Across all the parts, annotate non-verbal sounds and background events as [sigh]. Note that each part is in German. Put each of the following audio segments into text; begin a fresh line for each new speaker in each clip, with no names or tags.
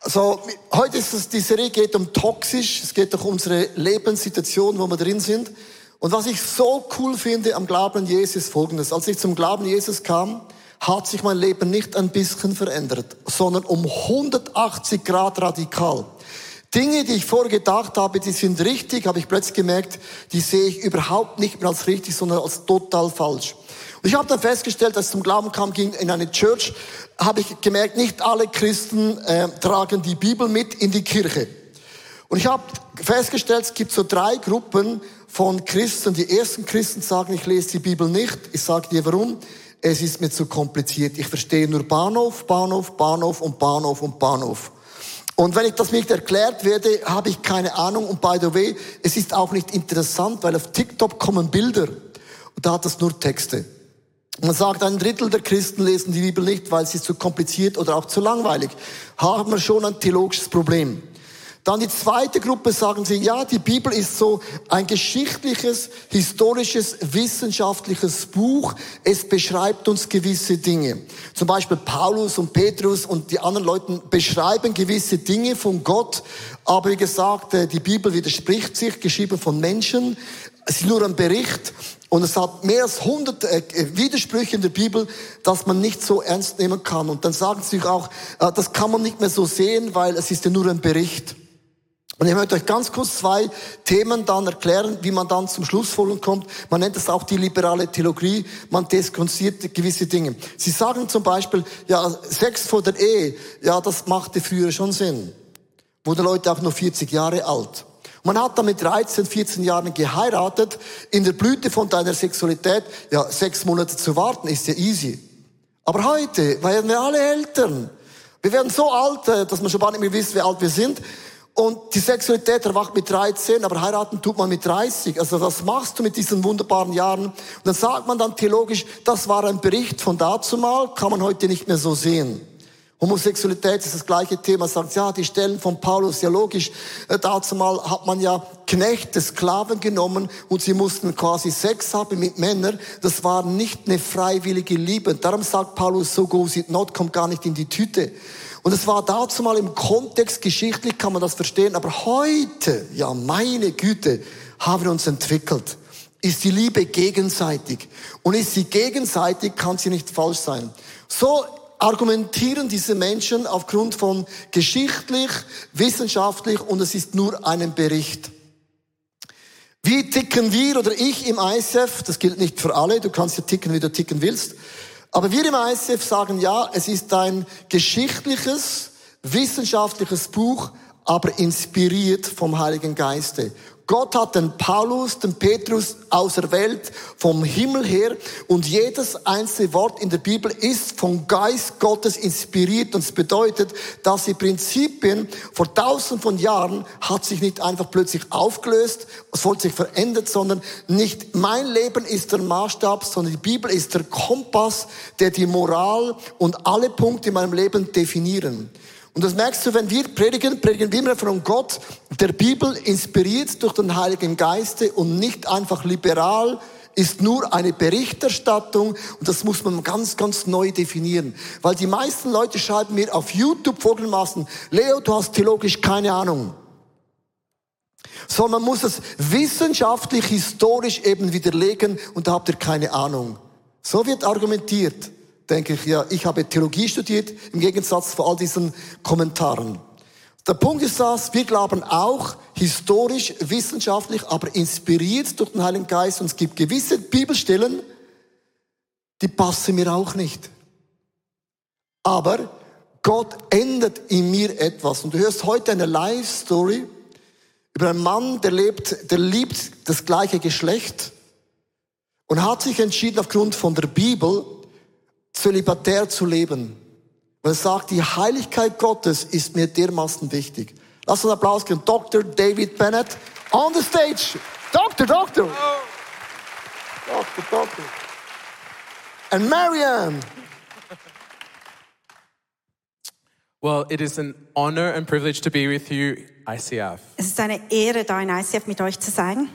Also, heute ist es, die Serie geht um toxisch, es geht um unsere Lebenssituation, wo wir drin sind. Und was ich so cool finde am Glauben an Jesus ist folgendes. Als ich zum Glauben an Jesus kam, hat sich mein Leben nicht ein bisschen verändert, sondern um 180 Grad radikal. Dinge, die ich vorher gedacht habe, die sind richtig, habe ich plötzlich gemerkt, die sehe ich überhaupt nicht mehr als richtig, sondern als total falsch. Und ich habe dann festgestellt, als ich zum Glauben kam, ging in eine Church, habe ich gemerkt, nicht alle Christen äh, tragen die Bibel mit in die Kirche. Und ich habe festgestellt, es gibt so drei Gruppen von Christen. Die ersten Christen sagen, ich lese die Bibel nicht. Ich sage dir warum. Es ist mir zu kompliziert. Ich verstehe nur Bahnhof, Bahnhof, Bahnhof und Bahnhof und Bahnhof. Und wenn ich das nicht erklärt werde, habe ich keine Ahnung. Und by the way, es ist auch nicht interessant, weil auf TikTok kommen Bilder und da hat es nur Texte. Man sagt, ein Drittel der Christen lesen die Bibel nicht, weil sie zu kompliziert oder auch zu langweilig. Haben wir schon ein theologisches Problem. Dann die zweite Gruppe sagen sie, ja, die Bibel ist so ein geschichtliches, historisches, wissenschaftliches Buch. Es beschreibt uns gewisse Dinge. Zum Beispiel Paulus und Petrus und die anderen Leuten beschreiben gewisse Dinge von Gott. Aber wie gesagt, äh, die Bibel widerspricht sich, geschrieben von Menschen. Es ist nur ein Bericht und es hat mehr als 100 äh, Widersprüche in der Bibel, dass man nicht so ernst nehmen kann. Und dann sagen sie auch, äh, das kann man nicht mehr so sehen, weil es ist ja nur ein Bericht. Und ich möchte euch ganz kurz zwei Themen dann erklären, wie man dann zum Schlussfolgerung kommt. Man nennt es auch die liberale Theologie. Man deskonziert gewisse Dinge. Sie sagen zum Beispiel, ja, Sex vor der Ehe, ja, das machte früher schon Sinn. Wurden Leute auch nur 40 Jahre alt. Man hat dann mit 13, 14 Jahren geheiratet, in der Blüte von deiner Sexualität, ja, sechs Monate zu warten, ist ja easy. Aber heute werden wir alle Eltern. Wir werden so alt, äh, dass man schon gar nicht mehr wisst, wie alt wir sind. Und die Sexualität erwacht mit 13, aber heiraten tut man mit 30. Also was machst du mit diesen wunderbaren Jahren? Und dann sagt man dann theologisch, das war ein Bericht von dazumal, kann man heute nicht mehr so sehen. Homosexualität ist das gleiche Thema. Sagt, ja, die Stellen von Paulus, ja logisch. Äh, dazu mal hat man ja Knechte, Sklaven genommen und sie mussten quasi Sex haben mit Männern. Das war nicht eine freiwillige Liebe. Darum sagt Paulus, so goes it not, kommt gar nicht in die Tüte. Und es war dazu mal im Kontext geschichtlich, kann man das verstehen. Aber heute, ja meine Güte, haben wir uns entwickelt. Ist die Liebe gegenseitig. Und ist sie gegenseitig, kann sie nicht falsch sein. So argumentieren diese Menschen aufgrund von geschichtlich, wissenschaftlich und es ist nur ein Bericht. Wie ticken wir oder ich im ISF? Das gilt nicht für alle. Du kannst ja ticken, wie du ticken willst. Aber wir im ISF sagen ja, es ist ein geschichtliches, wissenschaftliches Buch, aber inspiriert vom Heiligen Geiste. Gott hat den Paulus, den Petrus außer Welt vom Himmel her und jedes einzelne Wort in der Bibel ist vom Geist Gottes inspiriert und es bedeutet, dass die Prinzipien vor tausend von Jahren hat sich nicht einfach plötzlich aufgelöst, es wurde sich verändert, sondern nicht mein Leben ist der Maßstab, sondern die Bibel ist der Kompass, der die Moral und alle Punkte in meinem Leben definieren. Und das merkst du, wenn wir predigen, predigen wir immer von Gott, der Bibel inspiriert durch den Heiligen Geiste und nicht einfach liberal ist nur eine Berichterstattung und das muss man ganz, ganz neu definieren. Weil die meisten Leute schreiben mir auf YouTube folgendermaßen, Leo, du hast theologisch keine Ahnung. Sondern man muss es wissenschaftlich, historisch eben widerlegen und da habt ihr keine Ahnung. So wird argumentiert denke ich, ja, ich habe Theologie studiert, im Gegensatz vor all diesen Kommentaren. Der Punkt ist das, wir glauben auch historisch, wissenschaftlich, aber inspiriert durch den Heiligen Geist. Und es gibt gewisse Bibelstellen, die passen mir auch nicht. Aber Gott ändert in mir etwas. Und du hörst heute eine Live-Story über einen Mann, der lebt, der liebt das gleiche Geschlecht und hat sich entschieden aufgrund von der Bibel, zölibatär zu leben. Und er sagt, die Heiligkeit Gottes ist mir dermaßen wichtig. Lass uns Applaus geben. Dr. David Bennett on the stage. Dr. Dr. Oh. Dr. Dr. And Marianne.
Well, it is an honor and privilege to be with you, ICF.
Es ist eine Ehre, da in ICF mit euch zu sein.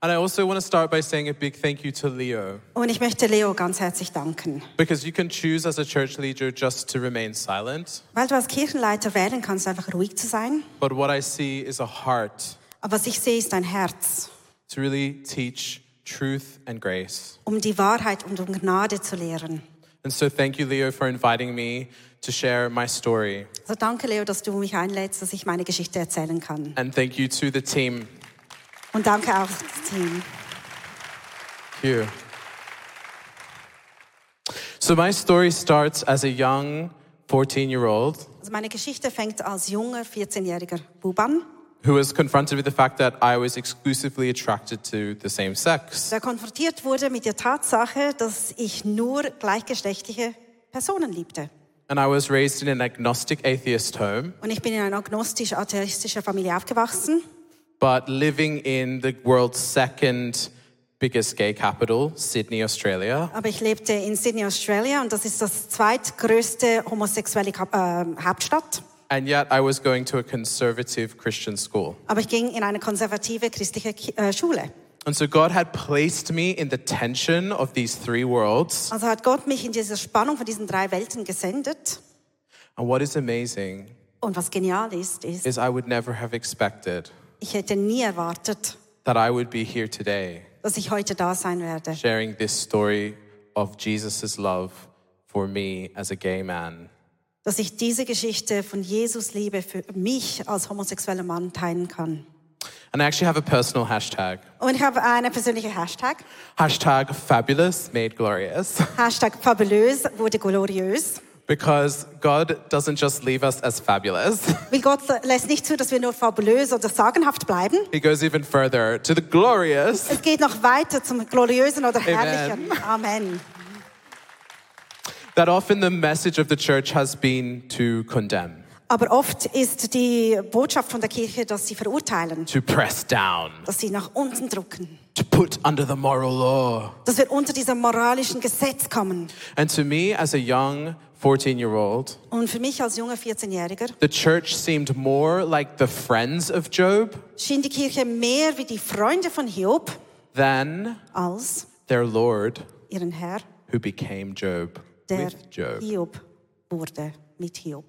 And I also want to start by saying a big thank you to Leo,
Und ich möchte Leo ganz herzlich danken,
because you can choose as a church leader just to remain silent.
weil du als Kirchenleiter wählen kannst, einfach ruhig zu sein.
But what I see is a heart
Aber was ich sehe, ist ein Herz,
to really teach truth and grace.
um die Wahrheit und um Gnade zu lehren.
And so thank you, Leo, for inviting me to share my story.
Also danke, Leo, dass du mich einlädst, dass ich meine Geschichte erzählen kann.
And thank you to the team.
Und danke auch das Team.
Thank you. So my story starts as a young 14 year old
Also meine Geschichte fängt als junger 14-jähriger Bub an.
who was confronted with the fact that I was exclusively attracted to the same sex.
der konfrontiert wurde mit der Tatsache, dass ich nur gleichgeschlechtliche Personen liebte.
And I was raised in an agnostic atheist home,
Und ich bin in einer agnostisch-atheistischer Familie aufgewachsen,
but living in the world's second biggest gay capital, Sydney, Australia.
aber ich lebte in Sydney, Australia und das ist das zweitgrößte homosexuelle Kap äh, Hauptstadt.
And yet I was going to a conservative Christian school.
Aber ich ging in eine konservative christliche Ki äh, Schule.
And so God had placed me in the tension of these three worlds.
Also hat Gott mich in diese Spannung von diesen drei Welten gesendet.
And what is amazing
Und was genial ist, ist,
is I would never have expected
ich hätte nie erwartet,
that I would be here today
dass ich heute da sein werde.
sharing this story of Jesus' love for me as a gay man.
dass ich diese Geschichte von Jesus Liebe für mich als homosexueller Mann teilen kann.
And I actually have a personal hashtag.
Und ich habe einen persönlichen Hashtag.
Hashtag fabulous made glorious. [laughs]
Hashtag fabulös wurde gloriös.
Because God doesn't just leave us as fabulous. [laughs]
Weil Gott lässt nicht zu, dass wir nur fabulös oder sagenhaft bleiben.
He goes even further to the glorious.
Es geht noch weiter zum gloriösen oder herrlichen. Amen.
That often the message of the church has been to condemn,
Aber oft ist die Botschaft von der Kirche, dass sie verurteilen,
to press down,
dass sie nach unten drücken,
to put under the moral law.
dass wir unter diesem moralischen Gesetz kommen.
And to me, as a young 14 year old,
Und für mich als junger 14-Jähriger
the church seemed more like the friends of Job
schien die Kirche mehr wie die Freunde von Hiob
than
als
their Lord
ihren Herr,
who became Job
der
with Job.
Hiob wurde mit Hiob.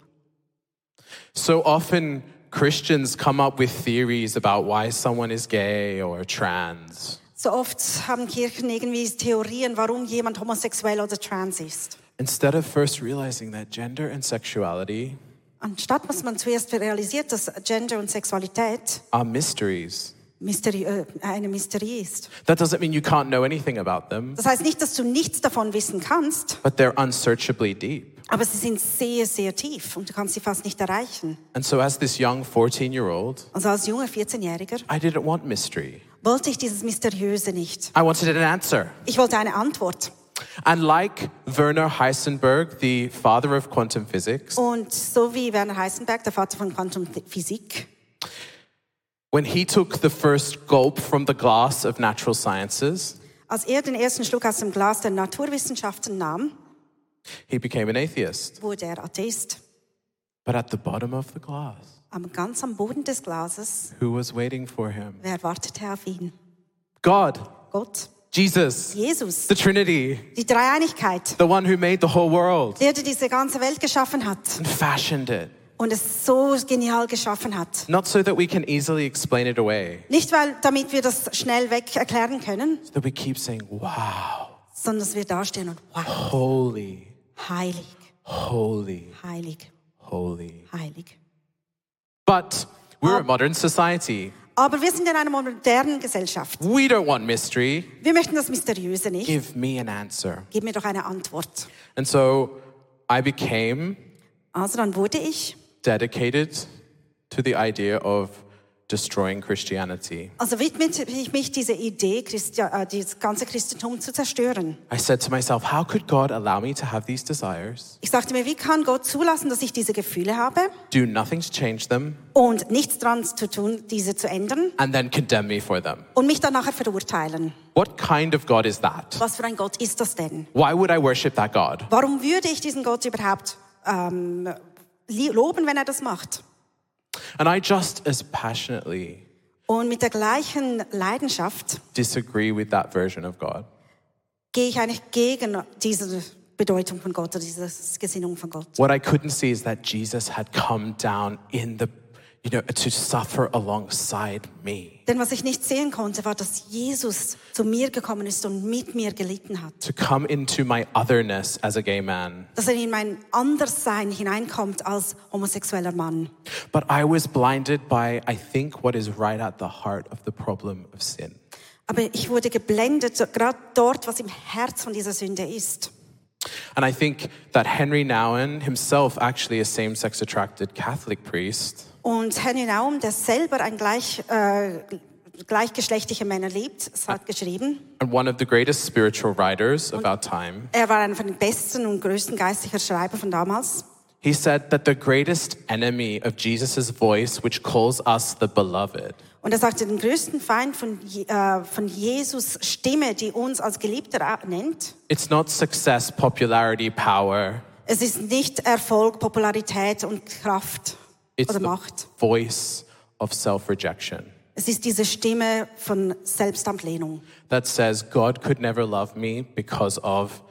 So often, Christians come up with theories about why someone is gay or trans.
So oft haben Kirchen irgendwie Theorien, warum jemand homosexuell oder trans ist.
Instead of first realizing that gender and sexuality
Anstatt dass man zuerst realisiert, dass Gender und Sexualität
are mysteries
Mysteri äh, eine Mysterie ist.
That doesn't mean you can't know anything about them,
Das heißt nicht, dass du nichts davon wissen kannst,
but they're unsearchably deep.
aber sie sind sehr, sehr tief und du kannst sie fast nicht erreichen.
And so, as this young 14 year old,
Also als junger 14-Jähriger
I didn't want mystery.
wollte ich dieses Mysteriöse nicht.
I wanted an answer.
Ich wollte eine Antwort.
And like Werner Heisenberg, the father of quantum physics,
Und so wie Werner Heisenberg, der Vater von Quantumphysik,
when he took the first gulp from the glass of natural sciences,
Als er den ersten Schluck aus dem Glas der Naturwissenschaften nahm,
he became an atheist.
wurde er Atheist.
But at the bottom of the glass,
Am ganz am Boden des Glases,
who was waiting for him?
wer wartete auf ihn?
God,
Gott,
Jesus,
Jesus,
the Trinity,
die Dreieinigkeit,
the one who made the whole world
der der diese ganze Welt geschaffen hat
and fashioned it.
und es so genial geschaffen hat.
Not so that we can easily explain it away,
Nicht weil, damit wir das schnell weg erklären können,
so that we keep saying, wow,
sondern dass wir dastehen und wow,
holy,
heilig,
holy,
heilig,
holy.
heilig.
But we're a modern society.
Aber wir sind in einer modernen Gesellschaft.
We don't want mystery.
Wir möchten das Mysteriöse nicht.
Give me an answer.
Gib mir doch eine Antwort.
And so I became
Also dann wurde ich
dedicated to the idea of destroying Christianity.
Also widmete ich mich dieser Idee, Christi äh, das ganze Christentum zu zerstören.
I said to myself, how could God allow me to have these desires,
Ich sagte mir, wie kann Gott zulassen, dass ich diese Gefühle habe
do nothing to change them,
und nichts dran zu tun, diese zu ändern
and then condemn me for them?
und mich dann nachher verurteilen?
What kind of God is that?
Was für ein Gott ist das denn?
Why would I worship that God?
Warum würde ich diesen Gott überhaupt ähm, li- loben, wenn er das macht?
And I just as passionately
Und mit der gleichen Leidenschaft
disagree with that version of God.
gehe ich eigentlich gegen diese Bedeutung von Gott oder diese Gesinnung von Gott.
What I couldn't see is that Jesus had come down in the, you know, to suffer alongside me,
Denn was ich nicht sehen konnte, war, dass Jesus zu mir gekommen ist und mit mir gelitten hat.
to come into my otherness as a gay man.
Dass er in mein Anderssein hineinkommt als homosexueller Mann.
But I was blinded by, I think, what is right at the heart of the problem of sin.
Aber ich wurde geblendet, so- gerade dort, was im Herz von dieser Sünde ist.
And I think that Henry Nouwen himself, actually a same sex attracted Catholic priest,
Und Henry Naum, der selber ein gleich, äh, gleichgeschlechtlicher Männer liebt, hat geschrieben,
and one of the greatest spiritual writers of our time,
er war einer von den besten und größten geistlicher Schreiber von damals.
he said that the greatest enemy of Jesus' voice, which calls us the beloved,
Und er sagte, den größten Feind von, Je- äh, von Jesus Stimme, die uns als Geliebter au- nennt,
it's not success, popularity, power,
es ist nicht Erfolg, Popularität und Kraft
it's
oder
the
Macht.
voice of self rejection
Es ist diese Stimme von Selbstablehnung.
that says, God could never love me because of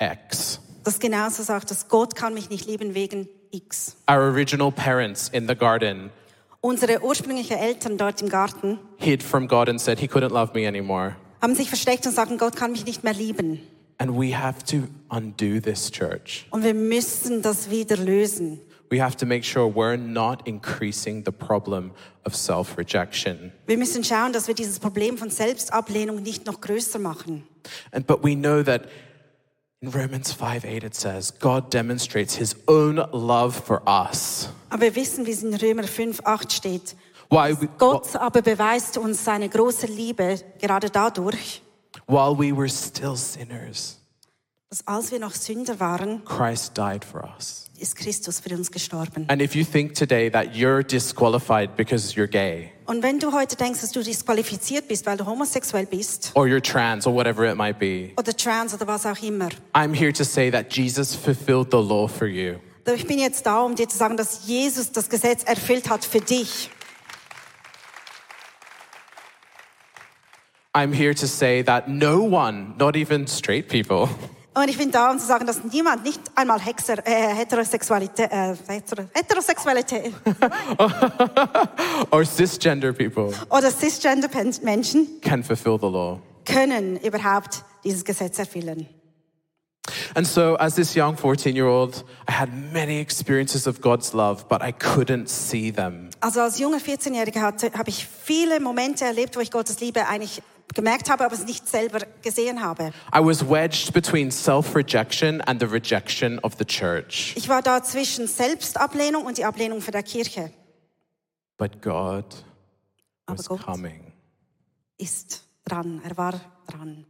X.
Das genauso sagt, dass Gott kann mich nicht lieben wegen X.
Our original parents in the garden
Unsere ursprünglichen Eltern dort im Garten
hid from God and said, He couldn't love me anymore.
haben sich versteckt und sagen, Gott kann mich nicht mehr lieben.
And we have to undo this, church.
Und wir müssen das wieder lösen.
We have to make sure we're not increasing the problem of self rejection.
Wir müssen schauen, dass wir dieses Problem von Selbstablehnung nicht noch größer machen.
And but we know that in Romans 5 8 it says, God demonstrates his own love for us.
Aber wir wissen, wie es in Römer 5, 8 steht.
Why we,
Gott aber beweist uns seine große Liebe gerade dadurch,
while we were still sinners,
dass als wir noch Sünder waren,
Christ died for us.
ist Christus für uns gestorben.
And if you think today that you're disqualified because you're gay
Und wenn du heute denkst, dass du disqualifiziert bist, weil du homosexuell bist
or you're trans or whatever it might be,
oder trans oder was auch immer,
I'm here to say that Jesus fulfilled the law for you.
ich bin jetzt da, um dir zu sagen, dass Jesus das Gesetz erfüllt hat für dich.
I'm here to say that no one, not even straight people, [laughs]
Und ich bin da, um zu sagen, dass niemand, nicht einmal Hexer, äh, Heterosexualität, äh, Hetero, Heterosexualität
or cisgender people
oder Cisgender-Menschen
can fulfill the law.
können überhaupt dieses Gesetz erfüllen.
And so, as this young 14 year old, I had many experiences of God's love, but I couldn't see them.
Also als junge 14-Jährige hatte- habe ich viele Momente erlebt, wo ich Gottes Liebe eigentlich gemerkt habe, aber es nicht selber gesehen habe.
I was wedged between self rejection and the rejection of the church.
Ich war da zwischen Selbstablehnung und die Ablehnung von der Kirche.
But God
Aber
was
Gott
coming.
ist dran, er war dran.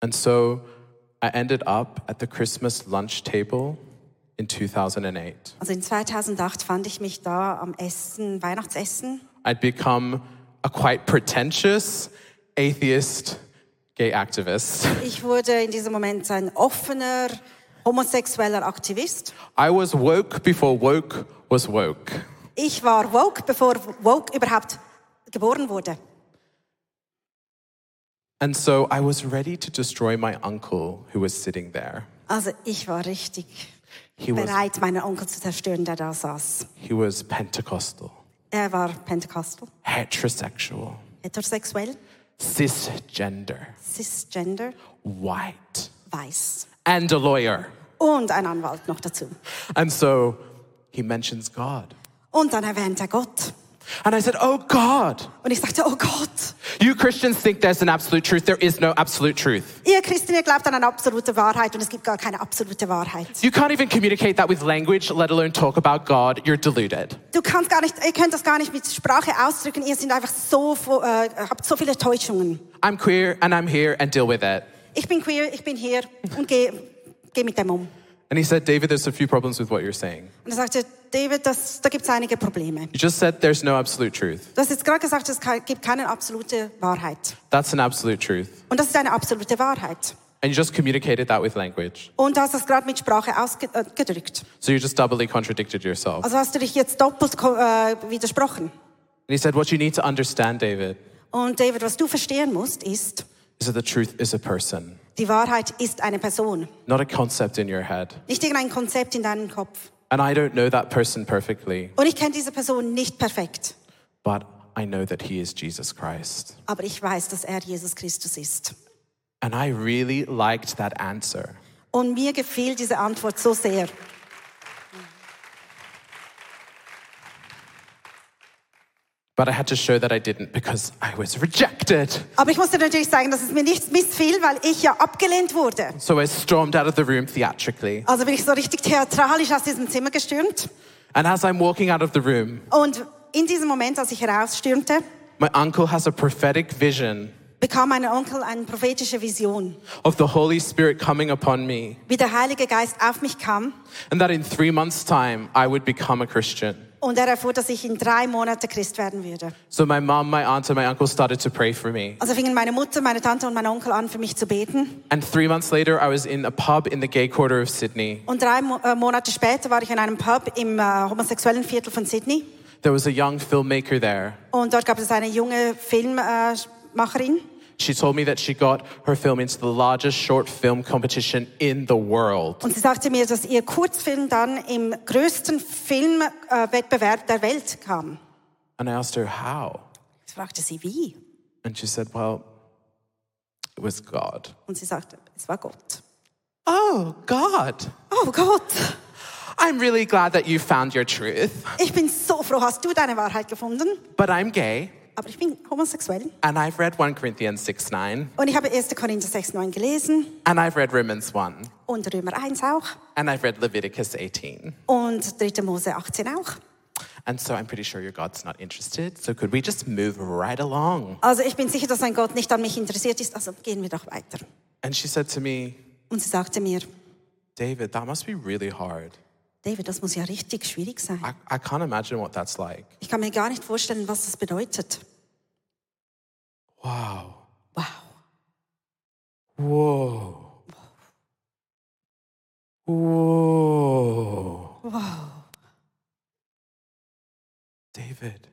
And so, I ended up at the Christmas lunch table in 2008.
Also in 2008 fand ich mich da am Essen, Weihnachtsessen.
I'd become a quite pretentious atheist gay activist. [laughs]
Ich wurde in diesem Moment ein offener, homosexueller Aktivist.
I was woke before woke was woke.
Ich war woke, bevor woke überhaupt geboren wurde.
And so I was ready to destroy my uncle who was sitting there.
Also ich war richtig
He was,
bereit, meinen Onkel zu zerstören, der da saß.
he was Pentecostal,
Er war Pentecostal,
heterosexual,
heterosexuell,
cisgender,
cisgender,
white,
weiß
and a lawyer.
und ein Anwalt noch dazu.
And so he mentions God.
Und dann erwähnt er Gott.
And I said, Oh God,
Und ich sagte, oh Gott,
you Christians think there's an absolute truth. There is no absolute truth.
ihr Christen, ihr glaubt an eine absolute Wahrheit und es gibt gar keine absolute Wahrheit.
You can't even communicate that with language, let alone talk about God. You're deluded.
Du kannst gar nicht, ihr könnt das gar nicht mit Sprache ausdrücken, ihr sind einfach so, vo- äh, habt so viele Täuschungen.
I'm queer and I'm here and deal with it.
Ich bin queer, ich bin hier und geh, geh mit dem um. Und
And he said, David, there's a few problems with what you're saying.
er sagte, David, das, da gibt es einige Probleme.
You just said there's no absolute truth.
Du hast jetzt gerade gesagt, es ke- gibt keine absolute Wahrheit.
That's an absolute truth.
Und das ist eine absolute Wahrheit.
And you just communicated that with language.
Und du hast das gerade mit Sprache äh, ausgedrückt.
So you just doubly contradicted yourself.
Also hast du dich jetzt doppelt ko- äh, widersprochen.
And he said, What you need to understand, David,
Und David, was du verstehen musst, ist,
is that the truth is a person,
die Wahrheit ist eine Person,
not a concept in your head.
nicht irgendein Konzept in deinem Kopf.
And I don't know that person perfectly,
Und ich kenne diese Person nicht perfekt,
but I know that he is Jesus Christ.
aber ich weiß, dass er Jesus Christus ist.
And I really liked that answer.
Und mir gefiel diese Antwort so sehr.
But I had to show that I didn't because I was rejected.
Aber ich musste natürlich sagen, dass es mir nichts missfiel, weil ich ja abgelehnt wurde.
So I stormed out of the room theatrically.
Also bin ich so richtig theatralisch aus diesem Zimmer gestürmt.
And as I'm walking out of the room,
Und in diesem Moment, als ich herausstürmte,
my uncle has a prophetic vision
bekam mein Onkel eine prophetische Vision,
of the Holy Spirit coming upon me
wie der Heilige Geist auf mich kam
and that in three months' time I would become a Christian.
und er erfuhr, dass ich in drei Monaten Christ werden würde.
So my mom, my aunt, and my uncle started to pray for me.
Also fingen meine Mutter, meine Tante und mein Onkel an, für mich zu beten.
And three months later, I was in a pub in the gay quarter of Sydney.
Und drei Mo äh, Monate später war ich in einem Pub im äh, homosexuellen Viertel von Sydney.
There was a young filmmaker there.
Und dort gab es eine junge Filmmacherin.
She told me that she got her film into the largest short film competition in the world.
Und sie sagte mir, dass ihr Kurzfilm dann im größten Filmwettbewerb äh, Wettbewerb der Welt kam.
And I asked her how.
Ich fragte sie, wie?
And she said, Well, it was God.
Und sie sagte, es war Gott.
Oh, God.
Oh Gott,
I'm really glad that you found your truth,
ich bin so froh, hast du deine Wahrheit gefunden?
but I'm gay
Aber ich bin homosexuell.
and I've read 1 Corinthians 6 9
Und ich habe 1. Korinther 6, 9 gelesen
and I've read Romans 1
und Römer 1 auch
and I've read Leviticus 18.
und 3. Mose 18 auch.
And so I'm pretty sure your God's not interested. So could we just move right along?
Also ich bin sicher, dass mein Gott nicht an mich interessiert ist, also gehen wir doch weiter.
And she said to me,
Und sie sagte mir,
David, that must be really hard.
David, das muss ja richtig schwierig sein.
I, I can't imagine what that's like.
Ich kann mir gar nicht vorstellen, was das bedeutet.
Wow.
Wow.
Whoa. Whoa.
Wow.
David,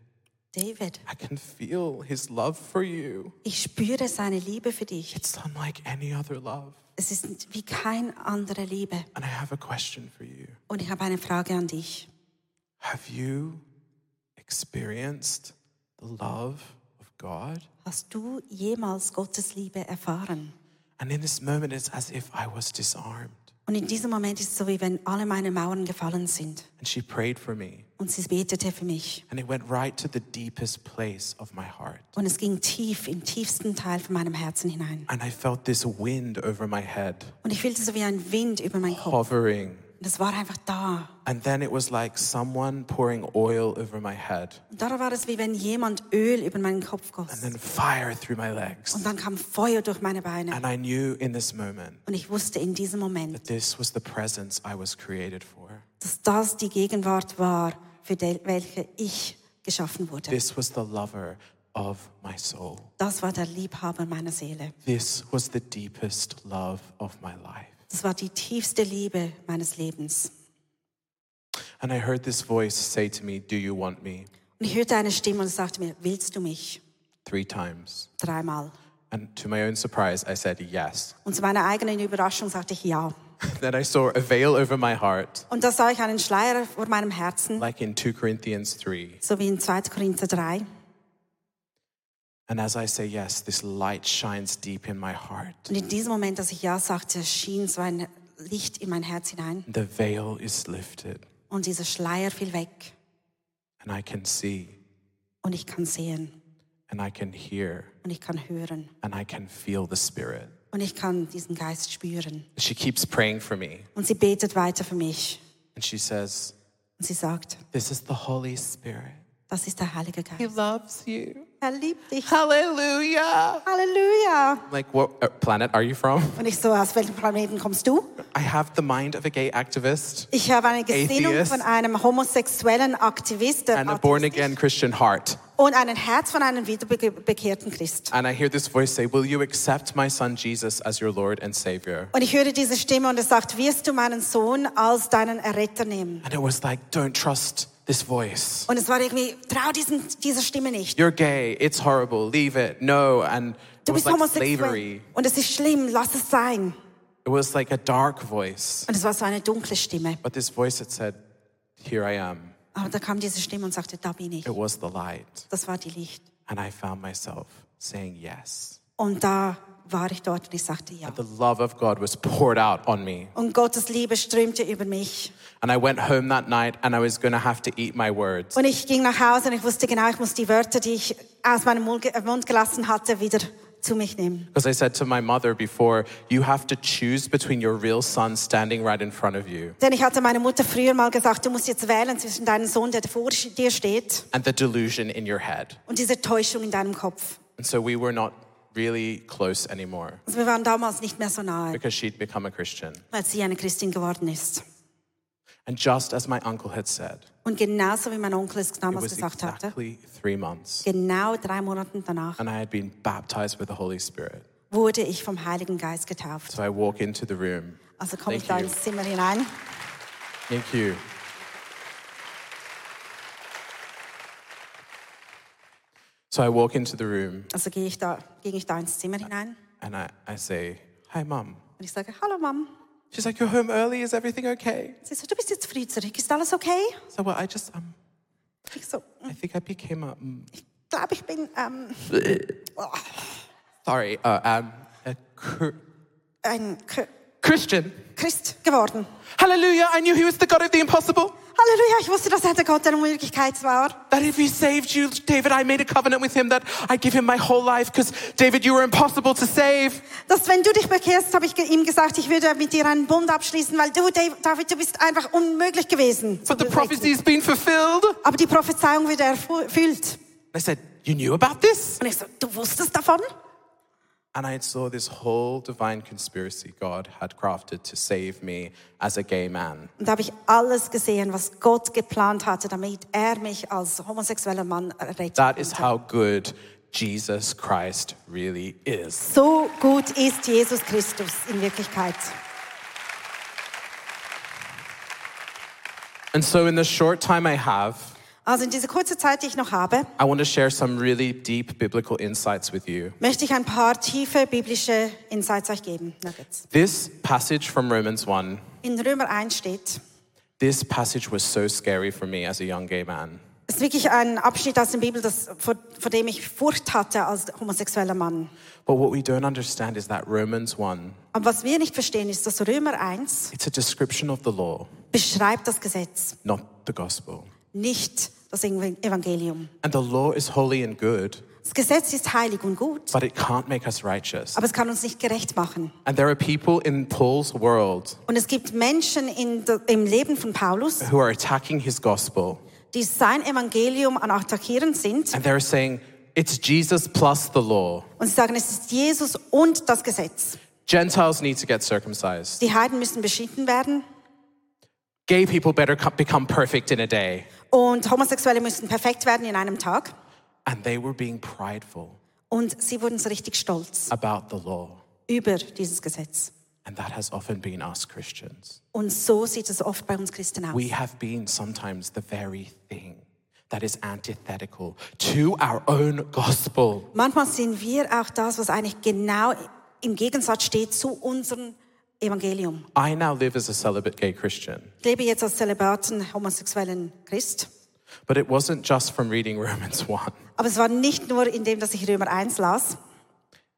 David,
I can feel his love for you.
ich spüre seine Liebe für dich.
It's unlike any other love.
Es ist wie kein andere Liebe.
And I have a question for you.
Und ich habe eine Frage an dich.
Have you experienced the love of God?
Hast du jemals Gottes Liebe erfahren?
And in this moment, it's as if I was disarmed.
Und in diesem Moment ist es so, wie wenn alle meine Mauern gefallen sind.
And she prayed for me,
Und sie betete für mich.
and it went right to the deepest place of my heart.
Und es ging tief, im tiefsten Teil von meinem Herzen hinein.
And I felt this wind over my head,
Und ich fühlte so wie ein Wind über meinen Kopf.
hovering.
Und es war einfach da.
And then it was like someone pouring oil over my head,
Und da war es, wie wenn jemand Öl über meinen Kopf
and
goss.
then fire through my legs.
Und dann kam Feuer durch meine Beine.
And I knew in this moment
Und ich wusste in diesem Moment,
that this was the presence I was created for.
dass das die Gegenwart war, für de- welche ich geschaffen wurde.
This was the lover of my soul.
Das war der Liebhaber meiner Seele.
This was the deepest love of my life.
Das war die tiefste Liebe meines Lebens.
And I heard this voice say to me, Do you want me?
Und ich hörte eine Stimme und sagte mir, willst du mich?
three times.
Dreimal.
And to my own surprise, I said yes. [laughs]
Und zu meiner eigenen Überraschung sagte ich ja.
then I saw a veil over my heart,
Und da sah ich einen Schleier vor meinem Herzen,
like in 2 Corinthians 3.
so wie in 2. Korinther 3.
And as I say yes, this light shines deep in my heart.
Und in diesem Moment, als ich ja sagte, schien so ein Licht in mein Herz hinein.
The veil is lifted,
Und dieser Schleier fiel weg.
and I can see,
Und ich kann sehen.
and I can hear,
Und ich kann hören.
and I can feel the Spirit.
Und ich kann diesen Geist spüren.
She keeps praying for me,
Und sie betet weiter für mich.
and she says,
Und sie sagt,
This is the Holy Spirit.
das ist der Heilige
He
Geist.
loves you.
Er liebt dich.
Hallelujah.
Halleluja.
Like, what uh, planet are you from? [laughs]
Und ich so, aus welchem Planeten kommst du?
I have the mind of a gay activist
Ich habe eine Gesinnung
Atheist.
von einem homosexuellen Aktivist der
and a
Atheist
born again Christian heart.
und ein Herz von einem wiederbekehrten Christ.
And I hear this voice say, Will you accept my son Jesus as your Lord and Savior?
Und ich höre diese Stimme und es sagt, wirst du meinen Sohn als deinen Erretter nehmen?
And it was like, Don't trust this voice.
Und es war irgendwie, trau diesen, dieser Stimme nicht.
You're gay. It's horrible. Leave it. No. And it
Du
was
bist
like
homosexuell.
slavery.
Und es ist schlimm, lass es sein.
It was like a dark voice.
Und es war so eine dunkle Stimme.
But this voice that said, Here I am.
Aber da kam diese Stimme und sagte, da bin ich.
It was the light.
Das war die Licht.
And I found myself saying yes.
Und da war ich dort und ich sagte ja.
The love of God was poured out on me.
Und Gottes Liebe strömte über mich.
And I went home that night and I was going to have to eat my words.
Und ich ging nach Hause und ich wusste genau, ich muss die Wörter, die ich aus meinem Mul- äh, Mund gelassen hatte, wieder zu mich nehmen.
Because I said to my mother before, you have to choose between your real son standing right in front of you
Denn ich hatte meiner Mutter früher mal gesagt, du musst jetzt wählen zwischen deinem Sohn, der vor dir steht,
and the delusion in your head.
und dieser Täuschung in deinem Kopf.
And so we were not really close anymore
Also wir waren damals nicht mehr so nahe,
because she'd become a Christian.
weil sie eine Christin geworden ist.
And just as my uncle had said,
Und genauso wie mein Onkel es
it
damals
was
gesagt hatte,
exactly three months.
genau drei Monate danach
And I had been baptized with the Holy Spirit.
wurde ich vom Heiligen Geist getauft.
So I walk into the room.
Also komme ich
Thank
da
you.
ins Zimmer hinein.
Thank you. So I walk into the room
Also gehe ich da, ging ich da ins Zimmer hinein
and I, I say, Hi, Mum.
und ich sage, hallo Mom.
She's like, You're home early. Is everything okay?
Sie so, du bist jetzt früh zurück, ist alles okay?
So, well, I just, um,
Ich so,
I think I became a, mm,
glaube ich bin ähm,
sorry, uh, um, a cr-
ein K
Christian.
Christ geworden.
Hallelujah. I knew he was the God of the impossible.
Halleluja, ich wusste, dass er der Gott der Unmöglichkeit war.
That if he saved you, David, I made a covenant with him that I give him my whole life because, David, you were impossible to save.
Dass wenn du dich bekehrst, habe ich ge- ihm gesagt, ich würde mit dir einen Bund abschließen, weil du, Dave- David, du bist einfach unmöglich gewesen. zu
But the
bewältigen.
prophecy's been fulfilled.
Aber die Prophezeiung wird erfu- erfüllt.
I said, You knew about this?
Und ich so, du wusstest davon?
And I saw this whole divine conspiracy God had crafted to save me as a gay man.
Und da habe ich alles gesehen, was Gott geplant hatte, damit er mich als homosexueller Mann rettet.
That is how good Jesus Christ really is.
So gut ist Jesus Christus in Wirklichkeit.
And so, in the short time I have,
Also in dieser kurzen Zeit, die ich noch habe,
I want to share some really deep biblical insights with you.
möchte ich ein paar tiefe biblische Insights euch geben. Nuggets.
This passage from Romans 1,
In Römer 1 steht,
this passage was so scary for me as a young gay man.
es ist wirklich ein Abschnitt aus der Bibel, das, vor, vor dem ich Furcht hatte als homosexueller Mann.
But what we don't understand is that Romans 1,
Aber was wir nicht verstehen, ist, dass Römer 1
it's a description of the law,
beschreibt das Gesetz,
not the gospel.
nicht das Evangelium.
And the law is holy and good,
Das Gesetz ist heilig und gut,
but it can't make us righteous.
aber es kann uns nicht gerecht machen.
And there are people in Paul's world
Und es gibt Menschen in der, im Leben von Paulus,
who are attacking his gospel.
die sein Evangelium an attackieren sind
And they're saying, it's Jesus plus the law.
und sie sagen, es ist Jesus und das Gesetz.
Gentiles need to get circumcised.
Die Heiden müssen beschnitten werden
Gay people better co- become perfect in a day.
und Homosexuelle müssen perfekt werden in einem Tag.
And they were being prideful
Und sie wurden so richtig stolz
about the law.
über dieses Gesetz.
And that has often been us Christians.
Und so sieht es oft bei uns Christen aus.
We have been sometimes the very thing that is antithetical to our own gospel.
Manchmal sind wir auch das, was eigentlich genau im Gegensatz steht zu unserem Evangelium.
I now live as a celibate gay Christian.
Ich lebe jetzt als Zelibaten homosexuellen Christ.
But it wasn't just from reading Romans 1.
Aber es war nicht nur in dem, dass ich Römer 1 las.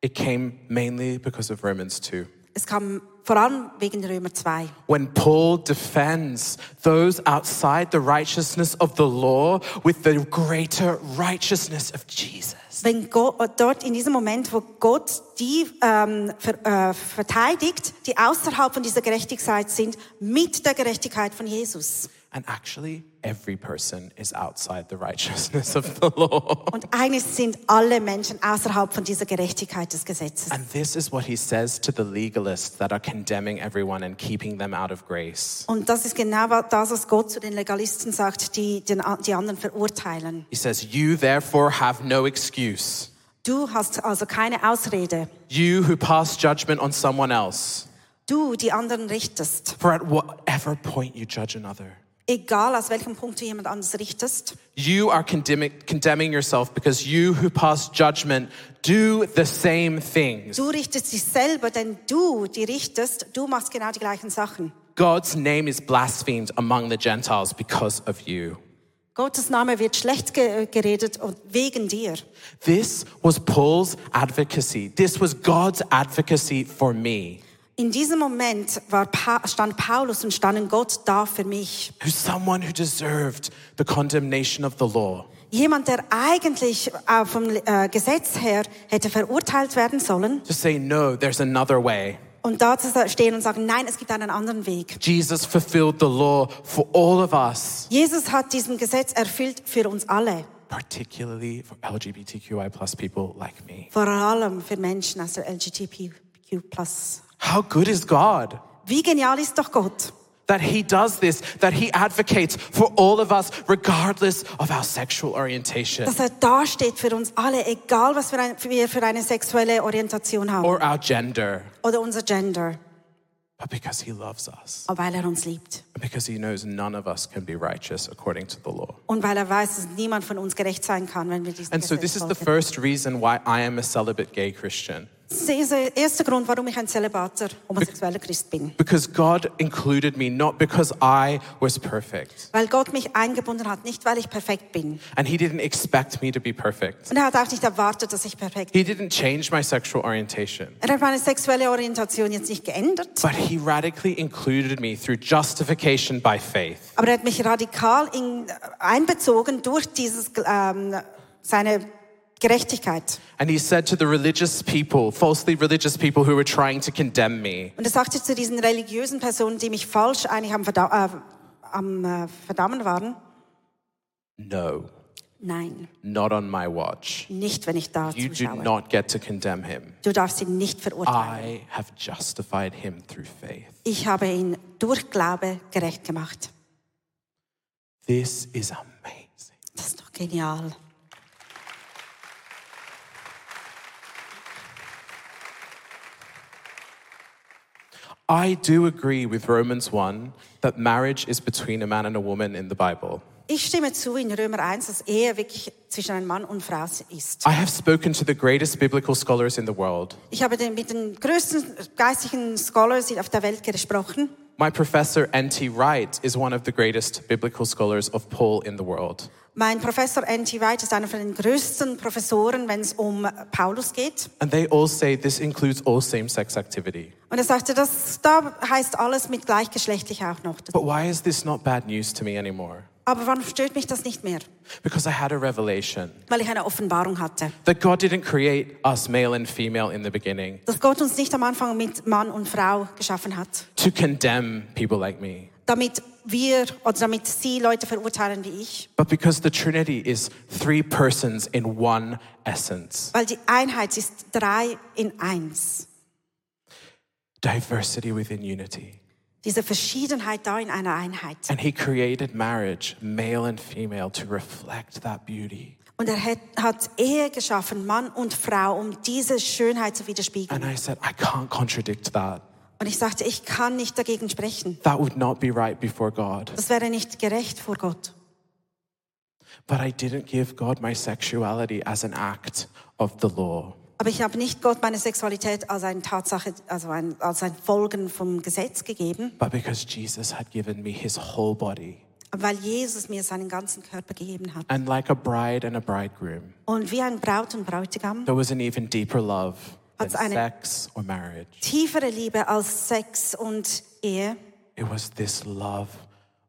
It came mainly because of Romans 2.
Es kam vor allem wegen Römer 2.
When Paul defends those outside the righteousness of the law with the greater righteousness of Jesus.
Wenn Gott, dort in diesem Moment, wo Gott die ähm, ver, äh, verteidigt, die außerhalb von dieser Gerechtigkeit sind, mit der Gerechtigkeit von Jesus.
And actually, every person is outside the righteousness of the law.
Und eigentlich sind alle Menschen außerhalb von dieser Gerechtigkeit des Gesetzes.
And this is what he says to the legalists that are condemning everyone and keeping them out of grace.
Und das ist genau wa- das, was Gott zu den Legalisten sagt, die den, a- die anderen verurteilen.
He says, You therefore have no excuse.
Du hast also keine Ausrede.
You who pass judgment on someone else.
Du, die anderen richtest.
For at whatever point you judge another,
egal aus welchem Punkt du jemand anders richtest.
You are condemning, condemning yourself because you who pass judgment do the same things.
Du richtest dich selber, denn du, die richtest, du machst genau die gleichen Sachen.
God's name is blasphemed among the Gentiles because of you.
Gottes Name wird schlecht ge geredet und wegen dir.
This was Paul's advocacy. This was God's advocacy for me,
In diesem Moment war pa stand Paulus und standen Gott da für mich.
who's someone who deserved the condemnation of the law.
Jemand, der eigentlich äh, vom äh, Gesetz her hätte verurteilt werden sollen
To say, no, there's another way.
und da zu stehen und sagen, nein, es gibt einen anderen Weg.
Jesus fulfilled the law for all of us,
Jesus hat diesen Gesetz erfüllt für uns alle,
particularly for LGBTQI plus people like me.
vor allem für Menschen also aus der LGBTQ+.
How good is God?
Wie genial ist doch Gott,
that he does this, that he advocates for all of us, regardless of our sexual orientation
dass er dasteht für uns alle, egal was wir ein- wir für eine sexuelle Orientation haben
or our gender,
oder unser Gender,
but because he loves us,
aber weil er uns liebt
because he knows none of us can be righteous according to the law.
und weil er weiß, dass niemand von uns gerecht sein kann, wenn wir diesen
And so,
Gesetz
this is the
folgen.
first reason why I am a celibate gay Christian,
Das ist der erste Grund, warum ich ein zelibater homosexueller Christ bin.
because God included me, not because I was perfect.
Weil Gott mich eingebunden hat, nicht weil ich perfekt bin.
And he didn't expect me to be perfect,
Und er hat auch nicht erwartet, dass ich perfekt bin.
he didn't change my sexual orientation.
Er hat meine sexuelle Orientation jetzt nicht geändert,
But he radically included me through justification by faith.
aber er hat mich radikal in, äh, einbezogen durch dieses, ähm, seine Gerechtigkeit.
And he said to the religious people, falsely religious people who were trying to condemn me,
Und er sagte zu diesen religiösen Personen, die mich falsch eigentlich am, Verdau äh, am äh, Verdammen waren,
No,
nein,
not on my watch.
nicht, wenn ich da
You do
zuschaue.
not get to condemn him.
Du darfst ihn nicht verurteilen.
I have justified him through faith.
Ich habe ihn durch Glaube gerecht gemacht.
This is amazing.
Das ist doch genial.
I do agree with Romans 1 that marriage is between a man and a woman in the Bible.
Ich stimme zu in Römer 1, dass Ehe wirklich zwischen einem Mann und Frau ist.
I have spoken to the greatest biblical scholars in the world.
Ich habe den, mit den größten geistlichen Scholars auf der Welt gesprochen.
My professor, N.T. Wright, is one of the greatest biblical scholars of Paul in the world.
Mein Professor N.T. Wright ist einer von den größten Professoren, wenn es um Paulus geht.
And they all say this includes all same sex activity.
Und er sagte, das da heißt alles mit gleichgeschlechtlich auch noch.
But why is this not bad news to me anymore?
Aber wann stört mich das nicht mehr?
Because I had a revelation
Weil ich eine Offenbarung hatte.
that God didn't create us male and female in the beginning
Dass Gott uns nicht am Anfang mit Mann und Frau geschaffen hat.
to condemn people like me,
Damit wir oder damit sie Leute verurteilen wie ich.
but because the Trinity is three persons in one essence.
Weil die Einheit ist drei in eins.
Diversity within unity.
Diese Verschiedenheit da in einer Einheit.
And He created marriage, male and female, to reflect that beauty.
Und er hat, hat Ehe geschaffen, Mann und Frau, um diese Schönheit zu widerspiegeln.
And I said, I can't contradict that.
Und ich sagte, ich kann nicht dagegen sprechen.
That would not be right before God.
Das wäre nicht gerecht vor Gott.
But I didn't give God my sexuality as an act of the law.
Aber ich habe nicht Gott meine Sexualität als eine Tatsache, also ein, als ein Folgen vom Gesetz gegeben,
but because Jesus had given me his whole body.
weil Jesus mir seinen ganzen Körper gegeben hat.
And like a bride and a bridegroom,
Und wie ein Braut und Bräutigam,
there was an even deeper love than
Als eine-
sex or marriage.
tiefere Liebe als Sex und Ehe.
It was this love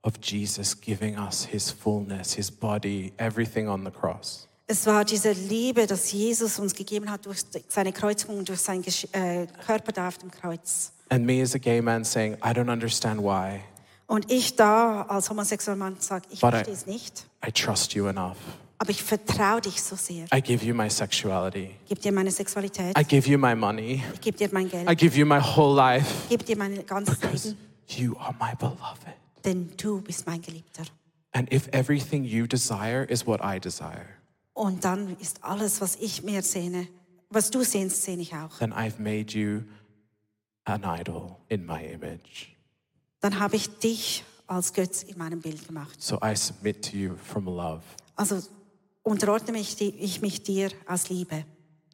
of Jesus giving us his fullness, his body, everything on the cross.
Es war diese Liebe, dass Jesus uns gegeben hat durch seine Kreuzigung, und durch seinen Gesch äh, Körper da auf dem Kreuz.
And me as a gay man saying, I don't understand why.
Und ich da als homosexueller Mann sage, ich
Warte.
verstehe es nicht,
I trust you enough.
aber ich vertraue dich so sehr.
I give you my sexuality.
Ich gebe dir meine Sexualität,
I give you my money.
ich gebe dir mein Geld,
I
ich
give you my whole life
gebe dir mein ganzes
because
Leben,
you are my beloved.
denn du bist mein Geliebter.
And if everything you desire is what I desire,
Und dann ist alles, was ich mir sehne, was du sehnst, sehne ich auch.
then I've made you an idol in my image.
Dann habe ich dich als Götz in meinem Bild gemacht.
So I submit to you from love,
Also unterordne mich, die- ich mich dir aus Liebe,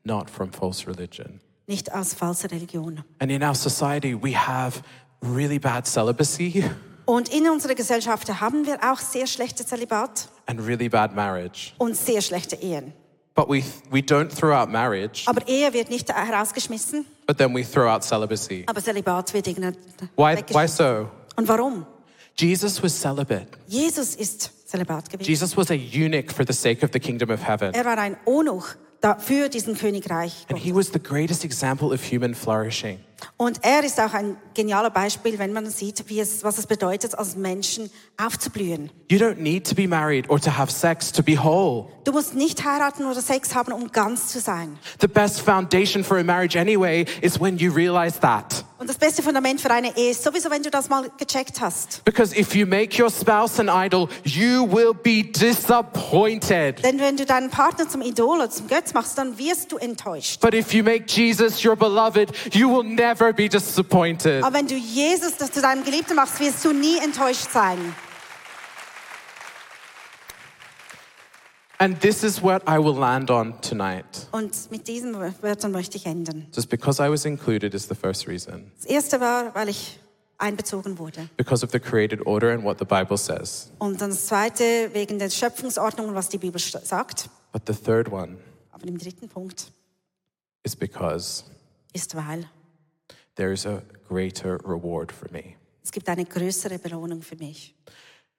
not from false religion.
nicht aus falscher Religion.
And in our society, we have really bad celibacy [laughs]
Und in unserer Gesellschaft haben wir auch sehr schlechte Zölibat
and really bad marriage.
und sehr schlechte Ehen.
But we, we don't throw out marriage,
Aber Ehe wird nicht herausgeschmissen,
but then we throw out celibacy.
aber Zölibat wird ignoriert.
Why, why so?
Und warum?
Jesus was celibate.
Jesus ist Zölibat gewesen.
Jesus was a eunuch for the sake of the kingdom of heaven.
Er war ein Onuch da- für diesen Königreich.
And he was the greatest example of human flourishing.
Und er ist auch ein genialer Beispiel, wenn man sieht, wie es, was es bedeutet, als Menschen aufzublühen.
You don't need to be married or to have sex to be whole.
Du musst nicht heiraten oder Sex haben, um ganz zu sein.
The best foundation for a marriage, anyway, is when you realize that.
Und das beste Fundament für eine Ehe ist sowieso, wenn du das mal gecheckt hast.
Because if you make your spouse an idol, you will be disappointed.
Denn wenn du deinen Partner zum Idol oder zum Götz machst, dann wirst du enttäuscht.
But if you make Jesus your beloved, you will never be disappointed.
Aber wenn du Jesus das zu deinem Geliebten machst, wirst du nie enttäuscht sein.
And this is what I will land on tonight.
Und mit diesen Wörtern möchte ich enden.
Just because I was included is the first reason,
Das erste war, weil ich einbezogen wurde.
because of the created order and what the Bible says.
Und dann das zweite, wegen der Schöpfungsordnung und was die Bibel st- sagt.
But the third one
Aber im dritten Punkt
is because
ist weil.
there is a greater reward for me.
Es gibt eine größere Belohnung für mich.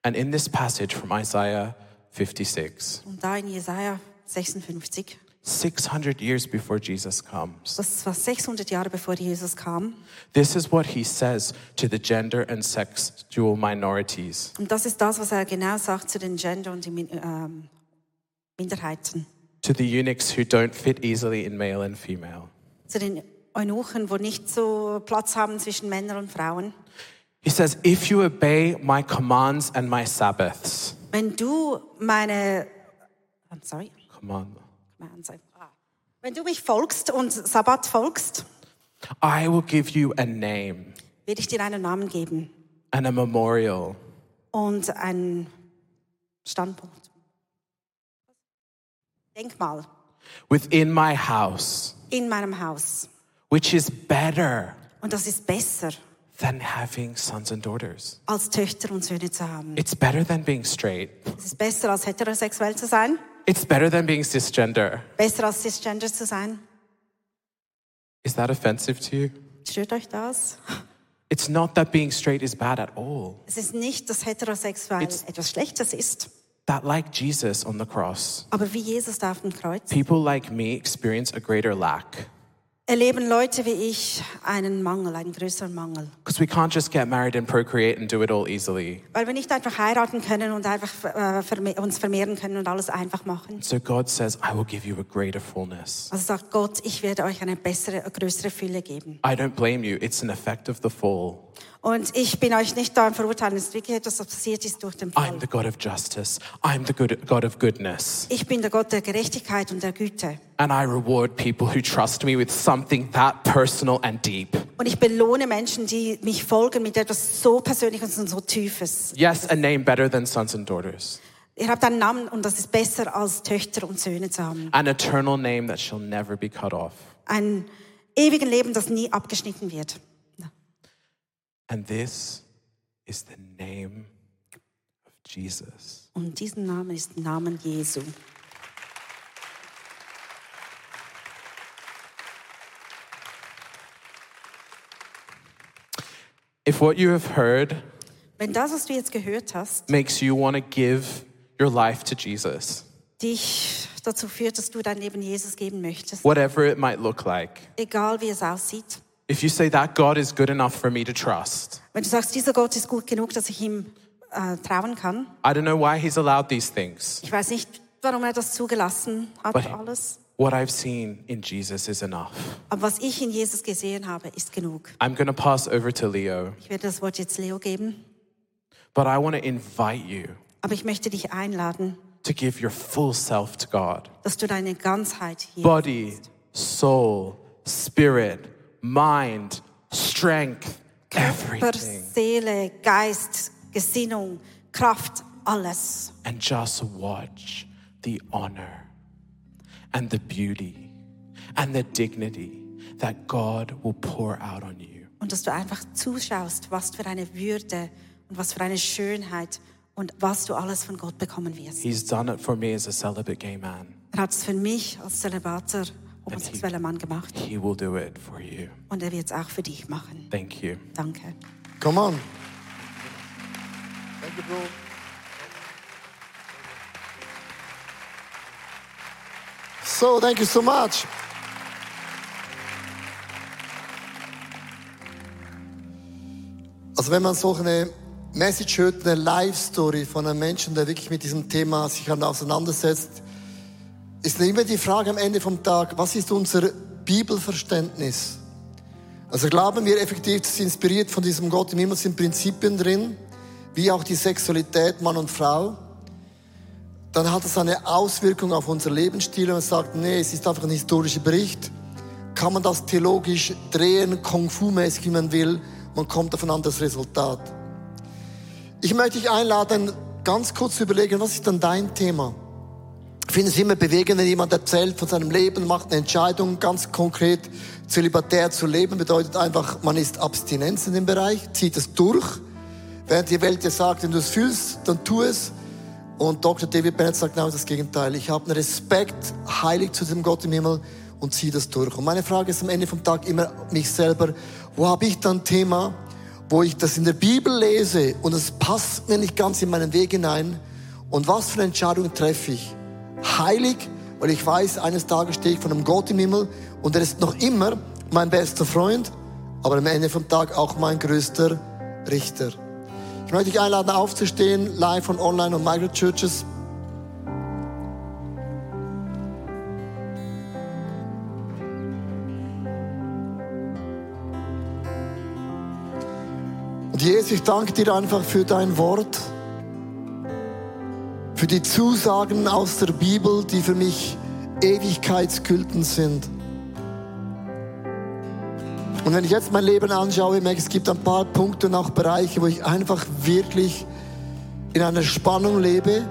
And in this passage from Isaiah 56,
Und da in Jesaja 56,
600 years before Jesus comes,
das war 600 Jahre bevor Jesus kam.
this is what he says to the gender and sexual minorities.
Und das ist das, was er genau sagt zu den Gender und den Min- ähm, Minderheiten.
to the eunuchs who don't fit easily in male and female.
Zu den Eunuchen, wo nicht so Platz haben zwischen Männern und Frauen.
He says, If you obey my commands and my Sabbaths,
Wenn du meine, I'm sorry,
command,
mein- sorry. Ah. wenn du mich folgst und Sabbat folgst,
I will give you a name
werde ich dir einen Namen geben
and a memorial
und einen Standpunkt. Denkmal
within my house,
in meinem Haus.
which is better
Und das ist besser,
than having sons and daughters.
als Töchter und Söhne zu haben.
It's better than being straight.
Es ist besser, als heterosexuell zu sein.
It's better than being cisgender.
Besser als cisgender zu sein.
Is that offensive to you?
Stört euch das?
It's not that being straight is bad at all.
Es ist nicht, dass heterosexuell
It's-
etwas Schlechtes ist,
That, like Jesus on the cross,
aber wie Jesus da auf dem Kreuz
people like me experience a greater lack.
erleben Leute wie ich einen Mangel, einen größeren Mangel.
Because we can't just get married and procreate and do it all easily.
Weil wir nicht einfach heiraten können und einfach äh, verme uns vermehren können und alles einfach machen.
So God says, I will give you a greater fullness.
Also sagt Gott, ich werde euch eine bessere, größere Fülle geben.
I don't blame you. It's an effect of the fall.
Und ich bin euch nicht daran verurteilen, es ist wirklich etwas, was passiert ist durch den
I'm
Fall.
the God of justice. I'm the good, God of goodness.
Ich bin der Gott der Gerechtigkeit und der Güte.
And I reward people who trust me with something that personal and deep.
Und ich belohne Menschen, die mich folgen mit etwas so Persönliches und so Tiefes.
Yes, a name better than sons and daughters.
Ihr habt einen Namen und das ist besser als Töchter und Söhne zu haben.
An eternal name that shall never be cut off.
Ein ewigen Leben, das nie abgeschnitten wird.
And this is the name of Jesus.
Und diesen Namen ist der Name Jesu.
If what you have heard
Wenn das, was du jetzt gehört hast,
makes you want to give your life to Jesus,
dich dazu führt, dass du dein Leben Jesus geben möchtest,
whatever it might look like.
egal wie es aussieht,
If you say that God is good enough for me to trust,
wenn du sagst, dieser Gott ist gut genug, dass ich ihm äh, trauen kann,
I don't know why He's allowed these things,
ich weiß nicht, warum er das zugelassen hat,
but
alles.
what I've seen in Jesus is enough.
Aber was ich in Jesus gesehen habe, ist genug.
I'm going to pass over to Leo,
Ich werde das Wort jetzt Leo geben,
but I want to invite you
aber ich möchte dich einladen,
to give your full self to God
dass du deine Ganzheit hier
body, soul, spirit, mind, strength,
Körper,
everything.
Seele, Geist, Gesinnung, Kraft, alles.
and just watch the honor and the beauty and the dignity that God will pour out on you.
Und dass du einfach zuschaust, was für eine Würde und was für eine Schönheit und was du alles von Gott bekommen wirst.
He's done it for me as a celibate gay man.
Er hat es für mich als Zölibater, homosexueller Mann gemacht.
He will do it for you.
Und er wird es auch für dich machen.
Thank you.
Danke.
Come on. Thank you, bro. So, thank you so much. Also wenn man so eine Message hört, eine Live-Story von einem Menschen, der wirklich mit diesem Thema sich dann auseinandersetzt, ist dann immer die Frage am Ende vom Tag, was ist unser Bibelverständnis? Also glauben wir effektiv, dass inspiriert von diesem Gott im Himmel sind Prinzipien drin, wie auch die Sexualität Mann und Frau, dann hat es eine Auswirkung auf unser Lebensstil und man sagt, nee, es ist einfach ein historischer Bericht. Kann man das theologisch drehen, Kung-Fu-mäßig, wie man will, man kommt auf ein anderes Resultat. Ich möchte dich einladen, ganz kurz zu überlegen, was ist denn dein Thema? Ich finde es immer bewegend, wenn jemand erzählt von seinem Leben, macht eine Entscheidung, ganz konkret zölibatär zu leben, bedeutet einfach, man ist Abstinenz in dem Bereich, zieht es durch, während die Welt dir sagt, wenn du es fühlst, dann tu es. Und Dr. David Bennett sagt genau das Gegenteil. Ich habe einen Respekt, heilig zu dem Gott im Himmel und ziehe das durch. Und meine Frage ist am Ende vom Tag immer mich selber, wo habe ich dann ein Thema, wo ich das in der Bibel lese und es passt mir nicht ganz in meinen Weg hinein und was für eine Entscheidung treffe ich? heilig, weil ich weiß, eines Tages stehe ich von einem Gott im Himmel und er ist noch immer mein bester Freund, aber am Ende vom Tag auch mein größter Richter. Ich möchte dich einladen, aufzustehen, live und online und Microchurches. Und Jesus, ich danke dir einfach für dein Wort für die Zusagen aus der Bibel, die für mich Ewigkeitsgülten sind. Und wenn ich jetzt mein Leben anschaue, merke ich, es gibt ein paar Punkte und auch Bereiche, wo ich einfach wirklich in einer Spannung lebe,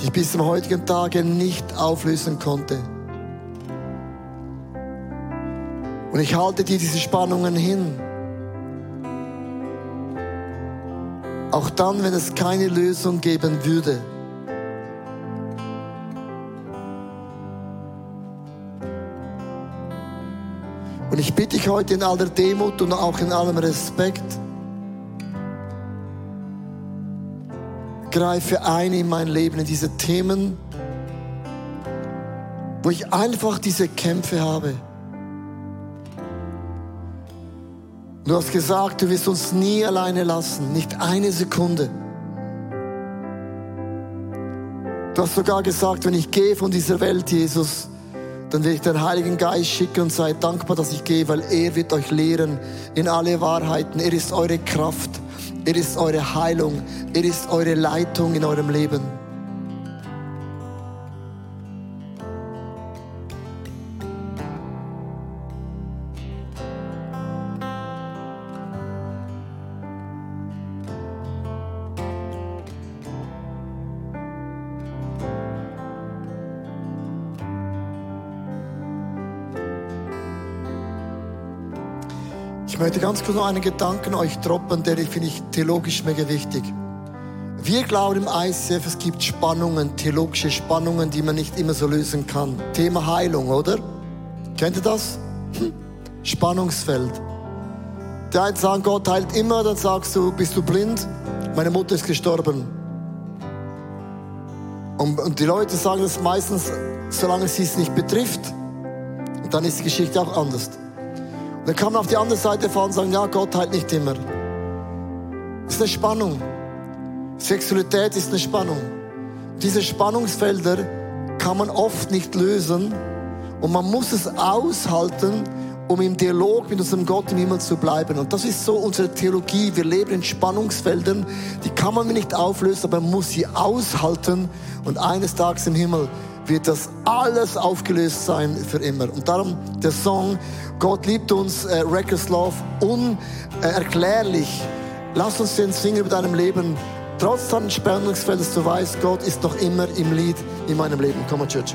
die ich bis zum heutigen Tage nicht auflösen konnte. Und ich halte dir diese Spannungen hin. auch dann, wenn es keine Lösung geben würde. Und ich bitte dich heute in aller Demut und auch in allem Respekt, greife ein in mein Leben, in diese Themen, wo ich einfach diese Kämpfe habe. Du hast gesagt, du wirst uns nie alleine lassen, nicht eine Sekunde. Du hast sogar gesagt, wenn ich gehe von dieser Welt, Jesus, dann will ich den Heiligen Geist schicken und sei dankbar, dass ich gehe, weil er wird euch lehren in alle Wahrheiten. Er ist eure Kraft, er ist eure Heilung, er ist eure Leitung in eurem Leben. Ich möchte ganz kurz noch einen Gedanken euch droppen, der ich finde ich theologisch mega wichtig. Wir glauben im ICF, es gibt Spannungen, theologische Spannungen, die man nicht immer so lösen kann. Thema Heilung, oder? Kennt ihr das? Hm. Spannungsfeld. Die einen sagen, Gott heilt immer, dann sagst du, bist du blind? Meine Mutter ist gestorben. Und, und die Leute sagen das meistens, solange sie es nicht betrifft. Und dann ist die Geschichte auch anders. Dann kann man auf die andere Seite fahren und sagen, ja, Gott heilt nicht immer. Das ist eine Spannung. Sexualität ist eine Spannung. Diese Spannungsfelder kann man oft nicht lösen und man muss es aushalten, um im Dialog mit unserem Gott im Himmel zu bleiben. Und das ist so unsere Theologie. Wir leben in Spannungsfeldern, die kann man nicht auflösen, aber man muss sie aushalten und eines Tages im Himmel wird das alles aufgelöst sein für immer. Und darum der Song Gott liebt uns, äh, Reckless Love, unerklärlich Lass uns den singen über deinem Leben. Trotz deines Spannungsfeldes, du weißt, Gott ist noch immer im Lied in meinem Leben. Komm mal, Church.